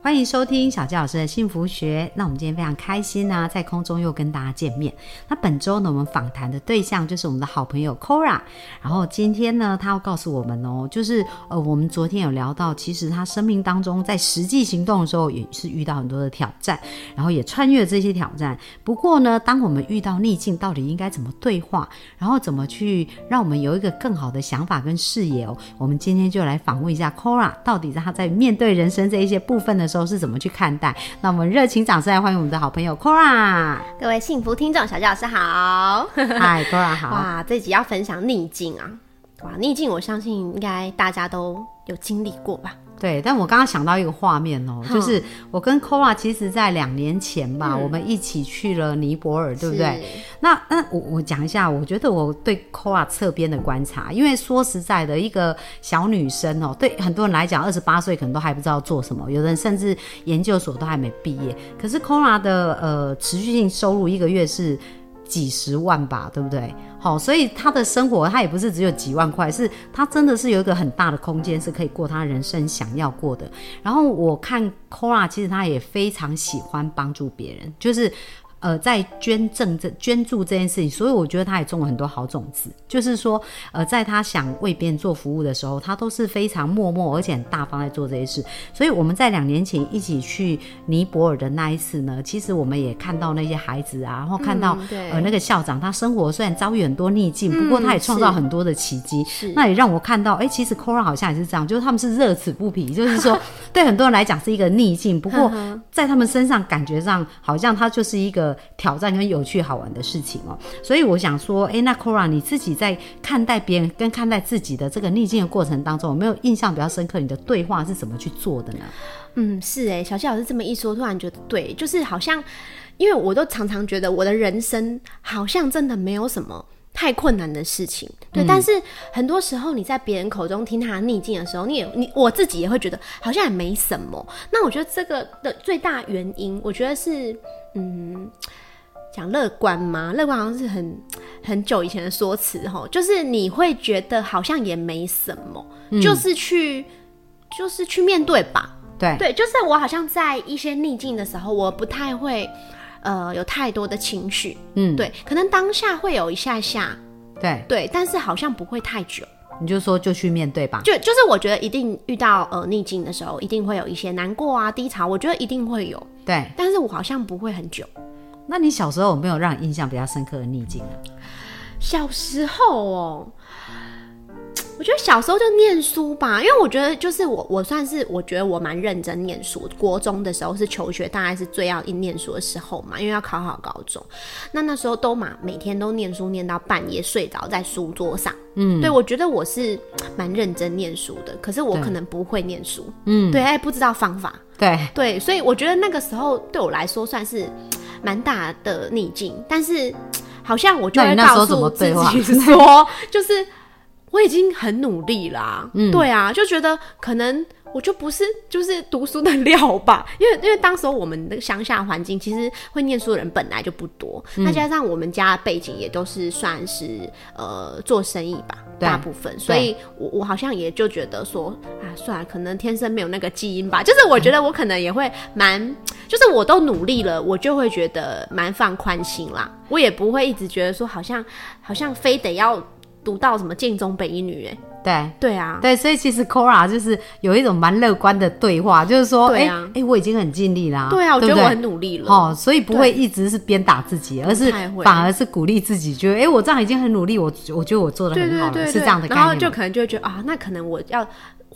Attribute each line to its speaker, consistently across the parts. Speaker 1: 欢迎收听小纪老师的幸福学。那我们今天非常开心呢、在空中又跟大家见面。那本周呢，我们访谈的对象就是我们的好朋友 Kora。然后今天呢，他要告诉我们哦，就是呃，我们昨天有聊到，其实他生命当中在实际行动的时候，也是遇到很多的挑战，然后也穿越这些挑战。不过呢，当我们遇到逆境，到底应该怎么对话，然后怎么去让我们有一个更好的想法跟视野哦？我们今天就来访问一下 Kora，到底他在面对人生这一些部分的时候是怎么去看待？那我们热情掌声来欢迎我们的好朋友 Kora。
Speaker 2: 各位幸福听众，小纪老师好！
Speaker 1: 嗨，Kora 好。
Speaker 2: 哇，这集要分享逆境啊！哇，逆境我相信应该大家都有经历过吧？
Speaker 1: 对，但我刚刚想到一个画面哦，就是我跟 Kora 其实，在两年前吧，
Speaker 2: 嗯
Speaker 1: 我们一起去了尼泊尔，对不对？
Speaker 2: 是？
Speaker 1: 那那我我讲一下，我觉得我对 Kora 侧边的观察，因为说实在的，一个小女生哦，对很多人来讲，二十八岁可能都还不知道做什么，有的人甚至研究所都还没毕业。可是 Kora 的呃持续性收入一个月是。几十万吧，对不对？好、所以她的生活，她也不是只有几万块，是她真的是有一个很大的空间，是可以过她人生想要过的。然后我看 Kora，其实她也非常喜欢帮助别人，就是呃，在捐赠这捐助这件事情，所以我觉得他也种了很多好种子。就是说，呃，在他想为别人做服务的时候，他都是非常默默而且很大方在做这些事。所以我们在两年前一起去尼泊尔的那一次呢，其实我们也看到那些孩子啊，然后看到、
Speaker 2: 嗯对
Speaker 1: 呃那个校长，他生活虽然遭遇很多逆境，不过
Speaker 2: 嗯
Speaker 1: 他也创造
Speaker 2: 是
Speaker 1: 很多的奇迹。
Speaker 2: 是
Speaker 1: 那也让我看到，哎、其实 Kora 好像也是这样，就是他们是乐此不疲，就是 说对很多人来讲是一个逆境，不过在他们身上感觉上好像它就是一个挑战跟有趣好玩的事情哦、所以我想说，哎、那 Kora 你自己在看待别人跟看待自己的这个逆境的过程当中，有没有印象比较深刻？你的对话是怎么去做的呢？
Speaker 2: 嗯，是哎，小纪老师这么一说，突然觉得对，就是好像，因为我都常常觉得我的人生好像真的没有什么。太困难的事情，对，但是很多时候你在别人口中听他的逆境的时候，你也你我自己也会觉得好像也没什么。那我觉得这个的最大原因，我觉得是嗯，讲乐观吗？乐观好像是很很久以前的说辞吼，就是你会觉得好像也没什么，就是去就是去面对吧。
Speaker 1: 对，
Speaker 2: 对，就是我好像在一些逆境的时候，我不太会，呃，有太多的情绪。
Speaker 1: 嗯，
Speaker 2: 对，可能当下会有一下下，
Speaker 1: 对，
Speaker 2: 对，但是好像不会太久。
Speaker 1: 你就说就去面对吧。
Speaker 2: 就就是我觉得一定遇到呃逆境的时候，一定会有一些难过啊、低潮，我觉得一定会有，
Speaker 1: 对，
Speaker 2: 但是我好像不会很久。
Speaker 1: 那你小时候有没有让你印象比较深刻的逆境啊？
Speaker 2: 小时候哦。我觉得小时候就念书吧，因为我觉得就是我，我算是我觉得我蛮认真念书。国中的时候是求学，大概是最要一念书的时候嘛，因为要考好高中。那那时候都嘛，每天都念书，念到半夜睡着在书桌上。嗯，对，我觉得我是蛮认真念书的，可是我
Speaker 1: 对
Speaker 2: 可能不会念书。嗯，对，哎，不知道方法。
Speaker 1: 对，
Speaker 2: 对，所以我觉得那个时候对我来说算是蛮大的逆境，但是好像我就
Speaker 1: 那你
Speaker 2: 会
Speaker 1: 那时候
Speaker 2: 告
Speaker 1: 怎么
Speaker 2: 诉自
Speaker 1: 对话
Speaker 2: 己说， 就是我已经很努力啦、嗯，对啊，就觉得可能。我就不是就是读书的料吧，因为因为当时候我们的乡下环境，其实会念书的人本来就不多，
Speaker 1: 嗯
Speaker 2: 那、加上我们家的背景也都是算是呃做生意吧，
Speaker 1: 对
Speaker 2: 大部分，所以我我好像也就觉得说啊，算了，可能天生没有那个基因吧。就是我觉得我可能也会蛮，就是我都努力了，我就会觉得蛮放宽心啦。我也不会一直觉得说好像好像非得要读到什么建中北一女哎、
Speaker 1: 对。
Speaker 2: 对啊，
Speaker 1: 对，所以其实 Kora 就是有一种蛮乐观的对话，就是说，哎
Speaker 2: 对
Speaker 1: 哎、
Speaker 2: 啊
Speaker 1: 我已经很尽力啦，
Speaker 2: 对啊，我
Speaker 1: 对
Speaker 2: 觉
Speaker 1: 不
Speaker 2: 得我
Speaker 1: 对
Speaker 2: 很努力了。
Speaker 1: 哦，所以不会一直是鞭打自己，而是
Speaker 2: 太会
Speaker 1: 反而是鼓励自己，觉得哎、诶我这样已经很努力，我我觉得我做的
Speaker 2: 对
Speaker 1: 很
Speaker 2: 对
Speaker 1: 好了，
Speaker 2: 对对，
Speaker 1: 是这样的概
Speaker 2: 然后
Speaker 1: 念
Speaker 2: 就
Speaker 1: 吗。
Speaker 2: 可能就会觉得啊，那可能我要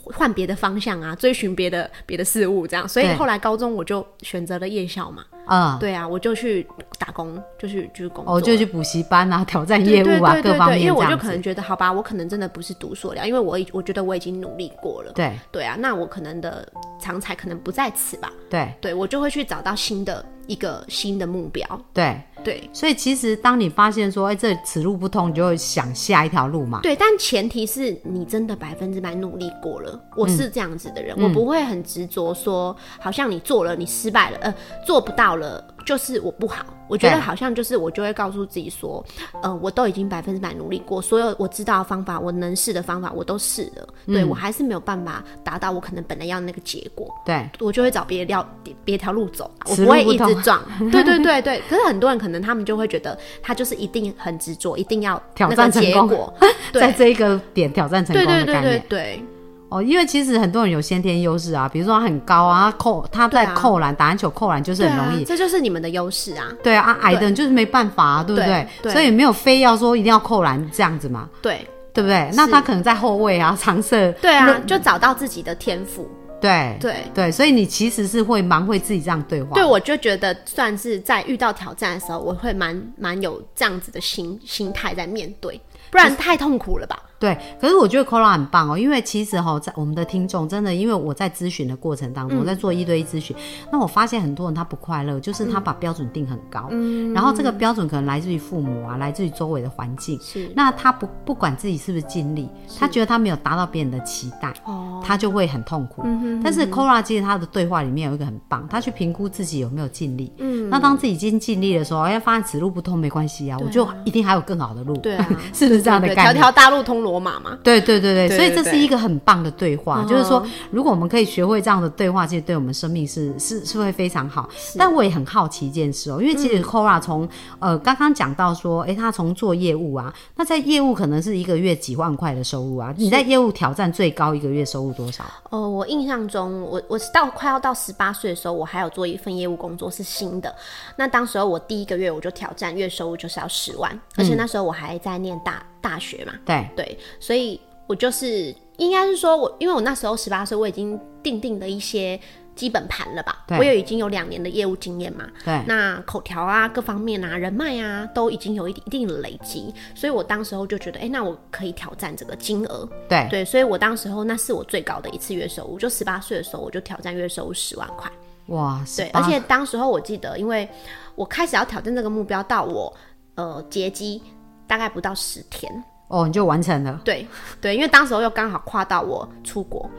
Speaker 2: 换别的方向啊，追寻别的别的事物这样。所以
Speaker 1: 对
Speaker 2: 后来高中我就选择了夜校嘛。
Speaker 1: 嗯，
Speaker 2: 对啊，我就去打工，就去去工作，
Speaker 1: 哦，就去补习班啊，挑战
Speaker 2: 对
Speaker 1: 业务啊，
Speaker 2: 对对
Speaker 1: 各方
Speaker 2: 对
Speaker 1: 面
Speaker 2: 因为
Speaker 1: 这
Speaker 2: 我就
Speaker 1: 样
Speaker 2: 可
Speaker 1: 子。
Speaker 2: 能觉得，好吧，我可能真的不是读硕了，因为我已我觉得我已经努力过了。
Speaker 1: 对
Speaker 2: 对啊，那我可能的长才可能不在此吧。
Speaker 1: 对
Speaker 2: 对我就会去找到新的一个新的目标。
Speaker 1: 对，
Speaker 2: 对
Speaker 1: 所以其实当你发现说，哎、这此路不通，你就会想下一条路嘛。
Speaker 2: 对，但前提是你真的百分之百努力过了。
Speaker 1: 嗯
Speaker 2: 我是这样子的人，我不会很执着说，好像你做了，你失败了，呃，做不到了，就是我不好。我觉得
Speaker 1: 对
Speaker 2: 好像就是我就会告诉自己说，呃，我都已经百分之百努力过，所有我知道的方法，我能试的方法我都试了，
Speaker 1: 嗯
Speaker 2: 对我还是没有办法达到我可能本来要的那个结果。
Speaker 1: 对，
Speaker 2: 我就会找别的料别条路走，我
Speaker 1: 此
Speaker 2: 不会
Speaker 1: 路不
Speaker 2: 一直
Speaker 1: 通
Speaker 2: 撞。 对对对对，可是很多人可能他们就会觉得他就是一定很执着，一定要
Speaker 1: 挑
Speaker 2: 那
Speaker 1: 战
Speaker 2: 个
Speaker 1: 成
Speaker 2: 结
Speaker 1: 功
Speaker 2: 果。
Speaker 1: 在
Speaker 2: 对
Speaker 1: 这一个点挑战成
Speaker 2: 对
Speaker 1: 功的概
Speaker 2: 对
Speaker 1: 念。
Speaker 2: 对对对，
Speaker 1: 哦，因为其实很多人有先天优势啊，比如说他很高啊，他扣他在
Speaker 2: 对啊
Speaker 1: 扣篮、打篮球扣篮就是
Speaker 2: 对
Speaker 1: 很
Speaker 2: 啊
Speaker 1: 容易。
Speaker 2: 这就是你们的优势啊。
Speaker 1: 对啊，啊矮的人就是没办法啊，对不对
Speaker 2: 对？对
Speaker 1: 所以没有非要说一定要扣篮这样子嘛，
Speaker 2: 对
Speaker 1: 对不对？那他可能在后卫啊、长射，
Speaker 2: 对啊，
Speaker 1: 论
Speaker 2: 就找到自己的天赋。
Speaker 1: 对
Speaker 2: 对
Speaker 1: 对，所以你其实是会蛮会自己这样对话。
Speaker 2: 对，我就觉得算是在遇到挑战的时候，我会蛮蛮有这样子的心心态在面对，不然太痛苦了吧？
Speaker 1: 对，可是我觉得 Cola 很棒哦，因为其实哈、在我们的听众真的，因为我在咨询的过程当
Speaker 2: 嗯
Speaker 1: 中，我在做一对一咨询，那我发现很多人他不快乐，就是他把标准定很高，
Speaker 2: 嗯
Speaker 1: 然后这个标准可能来自于父母啊，来自于周围的环境，
Speaker 2: 是
Speaker 1: 那他不不管自己是不是尽力，他觉得他没有达到别人的期待，
Speaker 2: 哦，嗯
Speaker 1: 他就会很痛苦。但是 Kora 其实他的对话里面有一个很棒，他去评估自己有没有尽力。嗯，那当自己已经尽力的时候，哎，发现此路不通没关系啊，我就一定还有更好的路。
Speaker 2: 对啊
Speaker 1: 是不是这样的
Speaker 2: 对，
Speaker 1: 概
Speaker 2: 条
Speaker 1: 念？
Speaker 2: 条大路通罗马嘛。
Speaker 1: 对对对对，
Speaker 2: 对
Speaker 1: 所以
Speaker 2: 对
Speaker 1: 这是
Speaker 2: 对
Speaker 1: 一个很棒的对话，
Speaker 2: 嗯
Speaker 1: 就是说，如果我们可以学会这样的对话，其实对我们生命是是是会非常好。但我也很好奇一件事哦，因为其
Speaker 2: 嗯
Speaker 1: 实 Kora 从、呃刚刚讲到说，诶，他从做业务啊，那在业务可能是一个月几万块的收入啊，你在业务挑战最高一个月收入多少？
Speaker 2: 哦，我印象中，我我是到快要到十八岁的时候，我还有做一份业务工作是新的。那当时候我第一个月我就挑战月收入就是要十万，而且那时候我还在念大大学嘛，
Speaker 1: 对。
Speaker 2: 对，所以我就是应该是说我，因为我那时候十八岁，我已经定定了一些基本盘了吧，
Speaker 1: 对
Speaker 2: 我也已经有两年的业务经验嘛，
Speaker 1: 对，
Speaker 2: 那口条啊，各方面啊，人脉啊，都已经有一定一定的累积，所以我当时候就觉得，哎、那我可以挑战这个金额，
Speaker 1: 对，
Speaker 2: 对，所以我当时候那是我最高的一次月收入，就十八岁的时候我就挑战月收入十万块。
Speaker 1: 哇，
Speaker 2: 对，
Speaker 1: 18
Speaker 2: 而且当时候我记得，因为我开始要挑战这个目标，到我呃结机大概不到十天。
Speaker 1: 哦，你就完成了。
Speaker 2: 对对，因为当时候又刚好跨到我出国，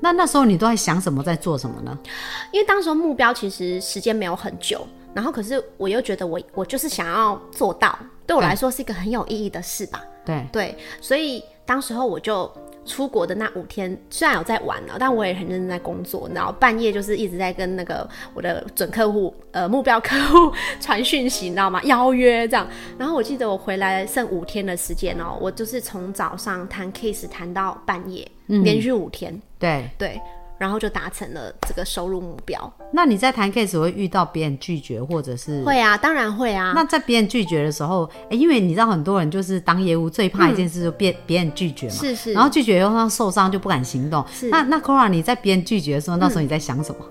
Speaker 1: 那那时候你都在想什么，在做什么呢？
Speaker 2: 因为当时候目标其实时间没有很久，然后可是我又觉得我我就是想要做到，对我来说是一个很有意义的事吧。
Speaker 1: 对，
Speaker 2: 对，所以当时候我就出国的那五天，虽然有在玩了，但我也很认真在工作，然后半夜就是一直在跟那个我的准客户，呃，目标客户 传讯息，你知道吗？邀约这样。然后我记得我回来剩五天的时间哦、我就是从早上谈 case 谈到半夜，
Speaker 1: 嗯
Speaker 2: 连续五天，
Speaker 1: 对。
Speaker 2: 对。然后就达成了这个收入目标，
Speaker 1: 那你在谈 case 会遇到别人拒绝，或者是
Speaker 2: 会啊，当然会啊。
Speaker 1: 那在别人拒绝的时候，哎、因为你知道很多人就是当业务最怕一件事，就别别、人拒绝嘛。
Speaker 2: 嗯是是
Speaker 1: 然后拒绝以后，他受伤就不敢行动。
Speaker 2: 是
Speaker 1: 那那 Cora，你在别人拒绝的时候，那时候你在想什么？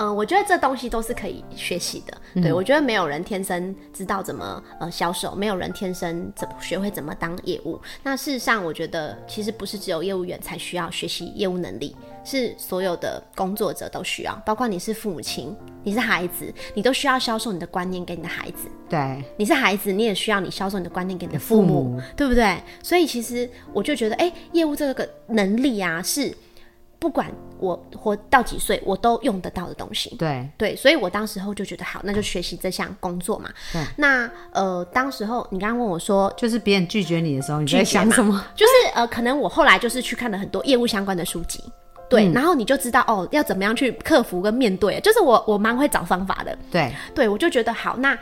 Speaker 2: 嗯，我觉得这东西都是可以学习的。对，我觉得没有人天生知道怎么呃销售，没有人天生怎么学会怎么当业务。那事实上，我觉得其实不是只有业务员才需要学习业务能力，是所有的工作者都需要，包括你是父母亲，你是孩子，你都需要销售你的观念给你的孩子。
Speaker 1: 对，
Speaker 2: 你是孩子，你也需要你销售你的观念给你的父母，
Speaker 1: 父母
Speaker 2: 对不对？所以其实我就觉得，哎、业务这个能力啊，是不管我活到几岁，我都用得到的东西。
Speaker 1: 对，
Speaker 2: 对，所以我当时候就觉得好，那就学习这项工作嘛。
Speaker 1: 对
Speaker 2: 那呃，当时候你刚刚问我说，
Speaker 1: 就是别人拒绝你的时候，你
Speaker 2: 拒绝
Speaker 1: 在想
Speaker 2: 嘛
Speaker 1: 什么？
Speaker 2: 就是呃，可能我后来就是去看了很多业务相关的书籍，
Speaker 1: 嗯
Speaker 2: 对，然后你就知道哦，要怎么样去克服跟面对，就是我我蛮会找方法的。
Speaker 1: 对，
Speaker 2: 对，我就觉得好，那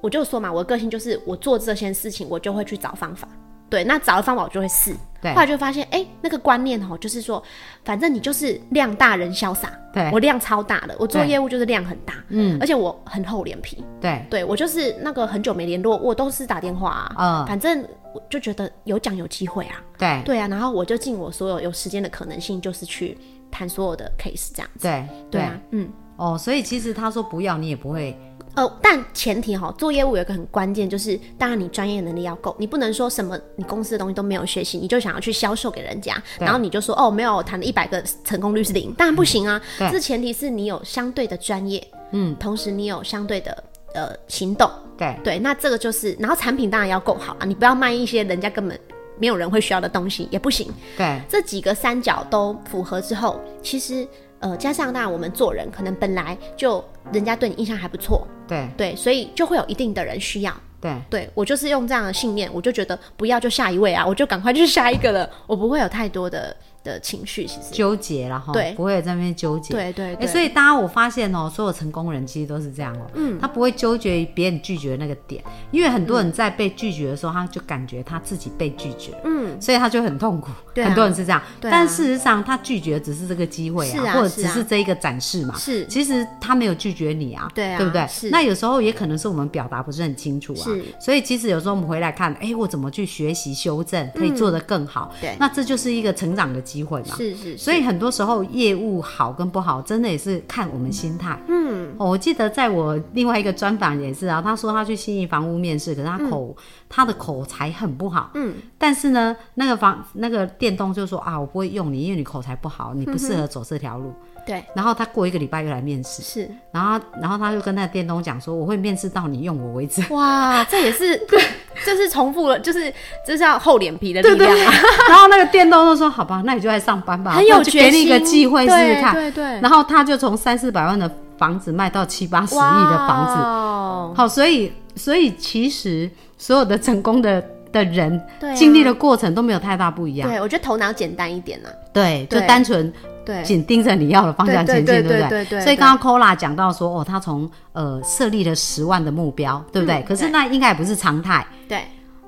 Speaker 2: 我就说嘛，我的个性就是我做这些事情，我就会去找方法。对，那找了方法我就会试，
Speaker 1: 对
Speaker 2: 后来就发现，哎、那个观念哦，就是说，反正你就是量大人潇洒，
Speaker 1: 对
Speaker 2: 我量超大的，我做
Speaker 1: 对
Speaker 2: 业务就是量很大，嗯，而且我很厚脸皮，
Speaker 1: 对，
Speaker 2: 对我就是那个很久没联络，我都是打电话啊，
Speaker 1: 嗯
Speaker 2: 反正我就觉得有奖有机会啊，
Speaker 1: 对，
Speaker 2: 对啊，然后我就尽我所有有时间的可能性，就是去谈所有的 case 这样，
Speaker 1: 对，
Speaker 2: 对啊，嗯。
Speaker 1: 哦，所以其实他说不要，你也不会。
Speaker 2: 呃，但前提哈、做业务有一个很关键，就是当然你专业能力要够，你不能说什么你公司的东西都没有学习，你就想要去销售给人家，
Speaker 1: 对
Speaker 2: 然后你就说哦，没有，我谈了一百个成功率是零，当然不行啊。
Speaker 1: 对嗯
Speaker 2: 这前提是你有相对的专业，嗯，同时你有相对的呃行动，
Speaker 1: 对，
Speaker 2: 对，那这个就是，然后产品当然要够好啊，你不要卖一些人家根本没有人会需要的东西也不行。
Speaker 1: 对，
Speaker 2: 这几个三角都符合之后，其实呃，加上当然我们做人可能本来就人家对你印象还不错，
Speaker 1: 对，
Speaker 2: 对，所以就会有一定的人需要。
Speaker 1: 对，
Speaker 2: 对我就是用这样的信念，我就觉得不要就下一位啊，我就赶快去下一个了，我不会有太多的的情绪。其实，
Speaker 1: 纠结了哈，
Speaker 2: 对
Speaker 1: 不会在那边纠结。
Speaker 2: 对对
Speaker 1: 哎、
Speaker 2: 对，
Speaker 1: 所以大家我发现哦、所有成功人其实都是这样哦、嗯，他不会纠结于别人拒绝的那个点，因为很多人在被拒绝的时候，他就感觉他自己被拒绝，嗯，所以他就很痛苦。
Speaker 2: 对啊
Speaker 1: 很多人是这样，
Speaker 2: 对啊
Speaker 1: 但事实上他拒绝只是这个机会
Speaker 2: 是啊
Speaker 1: 或者
Speaker 2: 是
Speaker 1: 只是
Speaker 2: 啊
Speaker 1: 这一个展示嘛。
Speaker 2: 是
Speaker 1: 其实他没有拒绝你啊，
Speaker 2: 对啊
Speaker 1: 对不对？
Speaker 2: 是
Speaker 1: 那有时候也可能是我们表达不是很清楚啊，
Speaker 2: 是
Speaker 1: 所以其实有时候我们回来看，哎，我怎么去学习修正，可以做得更好，
Speaker 2: 嗯对
Speaker 1: 那这就是一个成长的机会嘛。
Speaker 2: 是是，
Speaker 1: 所以很多时候业务好跟不好，真的也是看我们心态。嗯、我记得在我另外一个专访也是啊，他说他去信义房屋面试，可是他
Speaker 2: 嗯
Speaker 1: 口、他的口才很不好。嗯，但是呢，那个房那个电动就说啊，我不会用你，因为你口才不好，你不适
Speaker 2: 嗯
Speaker 1: 合走这条路。
Speaker 2: 对
Speaker 1: 然后他过一个礼拜又来面试，
Speaker 2: 是。
Speaker 1: 然后他然后他就跟那个电动讲说，我会面试到你用我为止。
Speaker 2: 哇，这也是， 这是重复了，就是这是要厚脸皮的力量啊，
Speaker 1: 然后那个电动就说：“好吧，那你就来上班吧，
Speaker 2: 很有
Speaker 1: 那就
Speaker 2: 决
Speaker 1: 给你
Speaker 2: 心，
Speaker 1: 一个机会试试看。”
Speaker 2: 对对对，
Speaker 1: 然后他就从三四百万的房子卖到七八十亿的房
Speaker 2: 哦
Speaker 1: 子。
Speaker 2: 子，
Speaker 1: 好，所以所以其实所有的成功的的人、
Speaker 2: 对啊
Speaker 1: 经历的过程都没有太大不一样。
Speaker 2: 对我觉得头脑简单一点呐、
Speaker 1: 对，就
Speaker 2: 对
Speaker 1: 单纯
Speaker 2: 对，
Speaker 1: 紧盯着你要的方向前进，
Speaker 2: 对对
Speaker 1: 不
Speaker 2: 对对对对
Speaker 1: 所以刚刚 Kola 讲到说，哦，他从呃设立了十万的目标，对不对？
Speaker 2: 嗯
Speaker 1: 可是
Speaker 2: 对
Speaker 1: 那应该也不是常态。
Speaker 2: 对，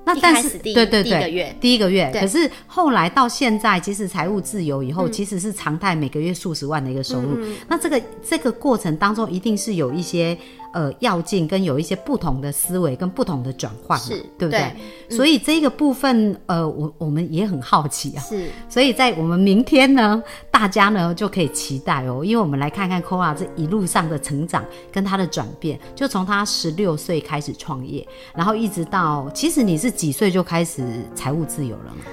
Speaker 1: 那
Speaker 2: 一
Speaker 1: 但
Speaker 2: 开
Speaker 1: 是
Speaker 2: 始第一
Speaker 1: 对对对，
Speaker 2: 第一个月
Speaker 1: 第一个月
Speaker 2: 对嗯
Speaker 1: 可是后来到现在，其实财务自由以后，其实是常态每个月数十万的一个收入。那这个这个过程当中，一定是有一些呃要进，跟有一些不同的思维跟不同的转换嘛，
Speaker 2: 是嗯
Speaker 1: 对不对？所以这个部分，呃，我我们也很好奇啊。
Speaker 2: 是
Speaker 1: 所以在我们明天呢，大家呢就可以期待哦，因为我们来看看 k o a 这一路上的成长跟他的转变，就从他十六岁开始创业，然后一直到其实你是几岁就开始财务自由了嘛？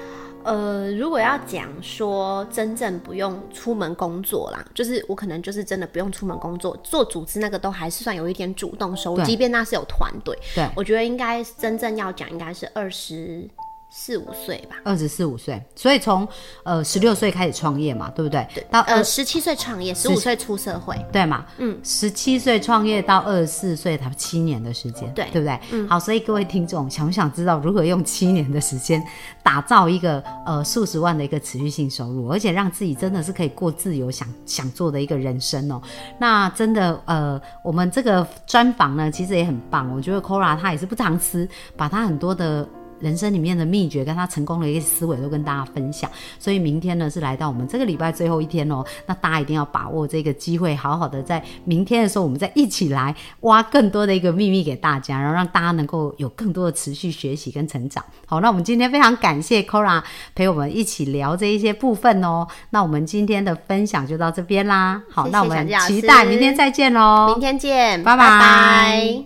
Speaker 2: 呃，如果要讲说真正不用出门工作啦，就是我可能就是真的不用出门工作，做组织那个都还是算有一点主动收入，
Speaker 1: 对
Speaker 2: 即便那是有团队。
Speaker 1: 对
Speaker 2: 我觉得应该真正要讲，应该是二十四五岁吧。
Speaker 1: 二十四五岁，所以从呃十六岁开始创业嘛，对不对？到
Speaker 2: 呃，十七岁创业，十五岁出社会，
Speaker 1: 对嘛，嗯，十七岁创业到二十四岁，才七年的时间，
Speaker 2: 对
Speaker 1: 对不对？嗯，好，所以各位听众想不想知道如何用七年的时间打造一个呃数十万的一个持续性收入，而且让自己真的是可以过自由想想做的一个人生哦？那真的呃，我们这个专访呢，其实也很棒，我觉得 Kora 她也是不藏私，把她很多的。人生里面的秘诀，跟她成功的一个思维都跟大家分享。所以明天呢是来到我们这个礼拜最后一天哦，那大家一定要把握这个机会，好好的在明天的时候，我们再一起来挖更多的一个秘密给大家，然后让大家能够有更多的持续学习跟成长。好，那我们今天非常感谢 Kora 陪我们一起聊这一些部分哦。那我们今天的分享就到这边啦。好，
Speaker 2: 谢谢
Speaker 1: 那我们
Speaker 2: 小纪老
Speaker 1: 期
Speaker 2: 师
Speaker 1: 待明天再见喽。
Speaker 2: 明天见，
Speaker 1: 拜拜
Speaker 2: 拜拜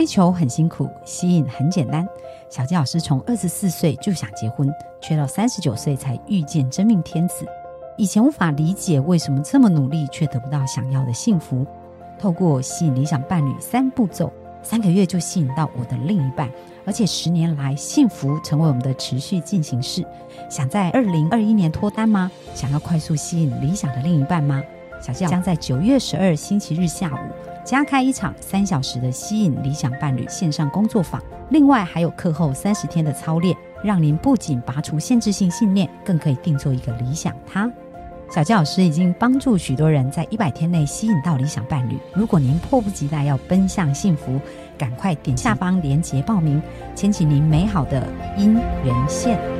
Speaker 3: 追求很辛苦，吸引很简单。小纪老师从二十四岁就想结婚，却到三十九岁才遇见真命天子。以前无法理解为什么这么努力却得不到想要的幸福。透过吸引理想伴侣三步骤，三个月就吸引到我的另一半，而且十年来幸福成为我们的持续进行式。想在二零二一年脱单吗？想要快速吸引理想的另一半吗？小纪将在九月十二星期日下午加开一场三小时的吸引理想伴侣线上工作坊，另外还有课后三十天的操练，让您不仅拔除限制性信念，更可以定做一个理想他。小纪老师已经帮助许多人在一百天内吸引到理想伴侣。如果您迫不及待要奔向幸福，赶快点下方链接报名，牵起您美好的姻缘线。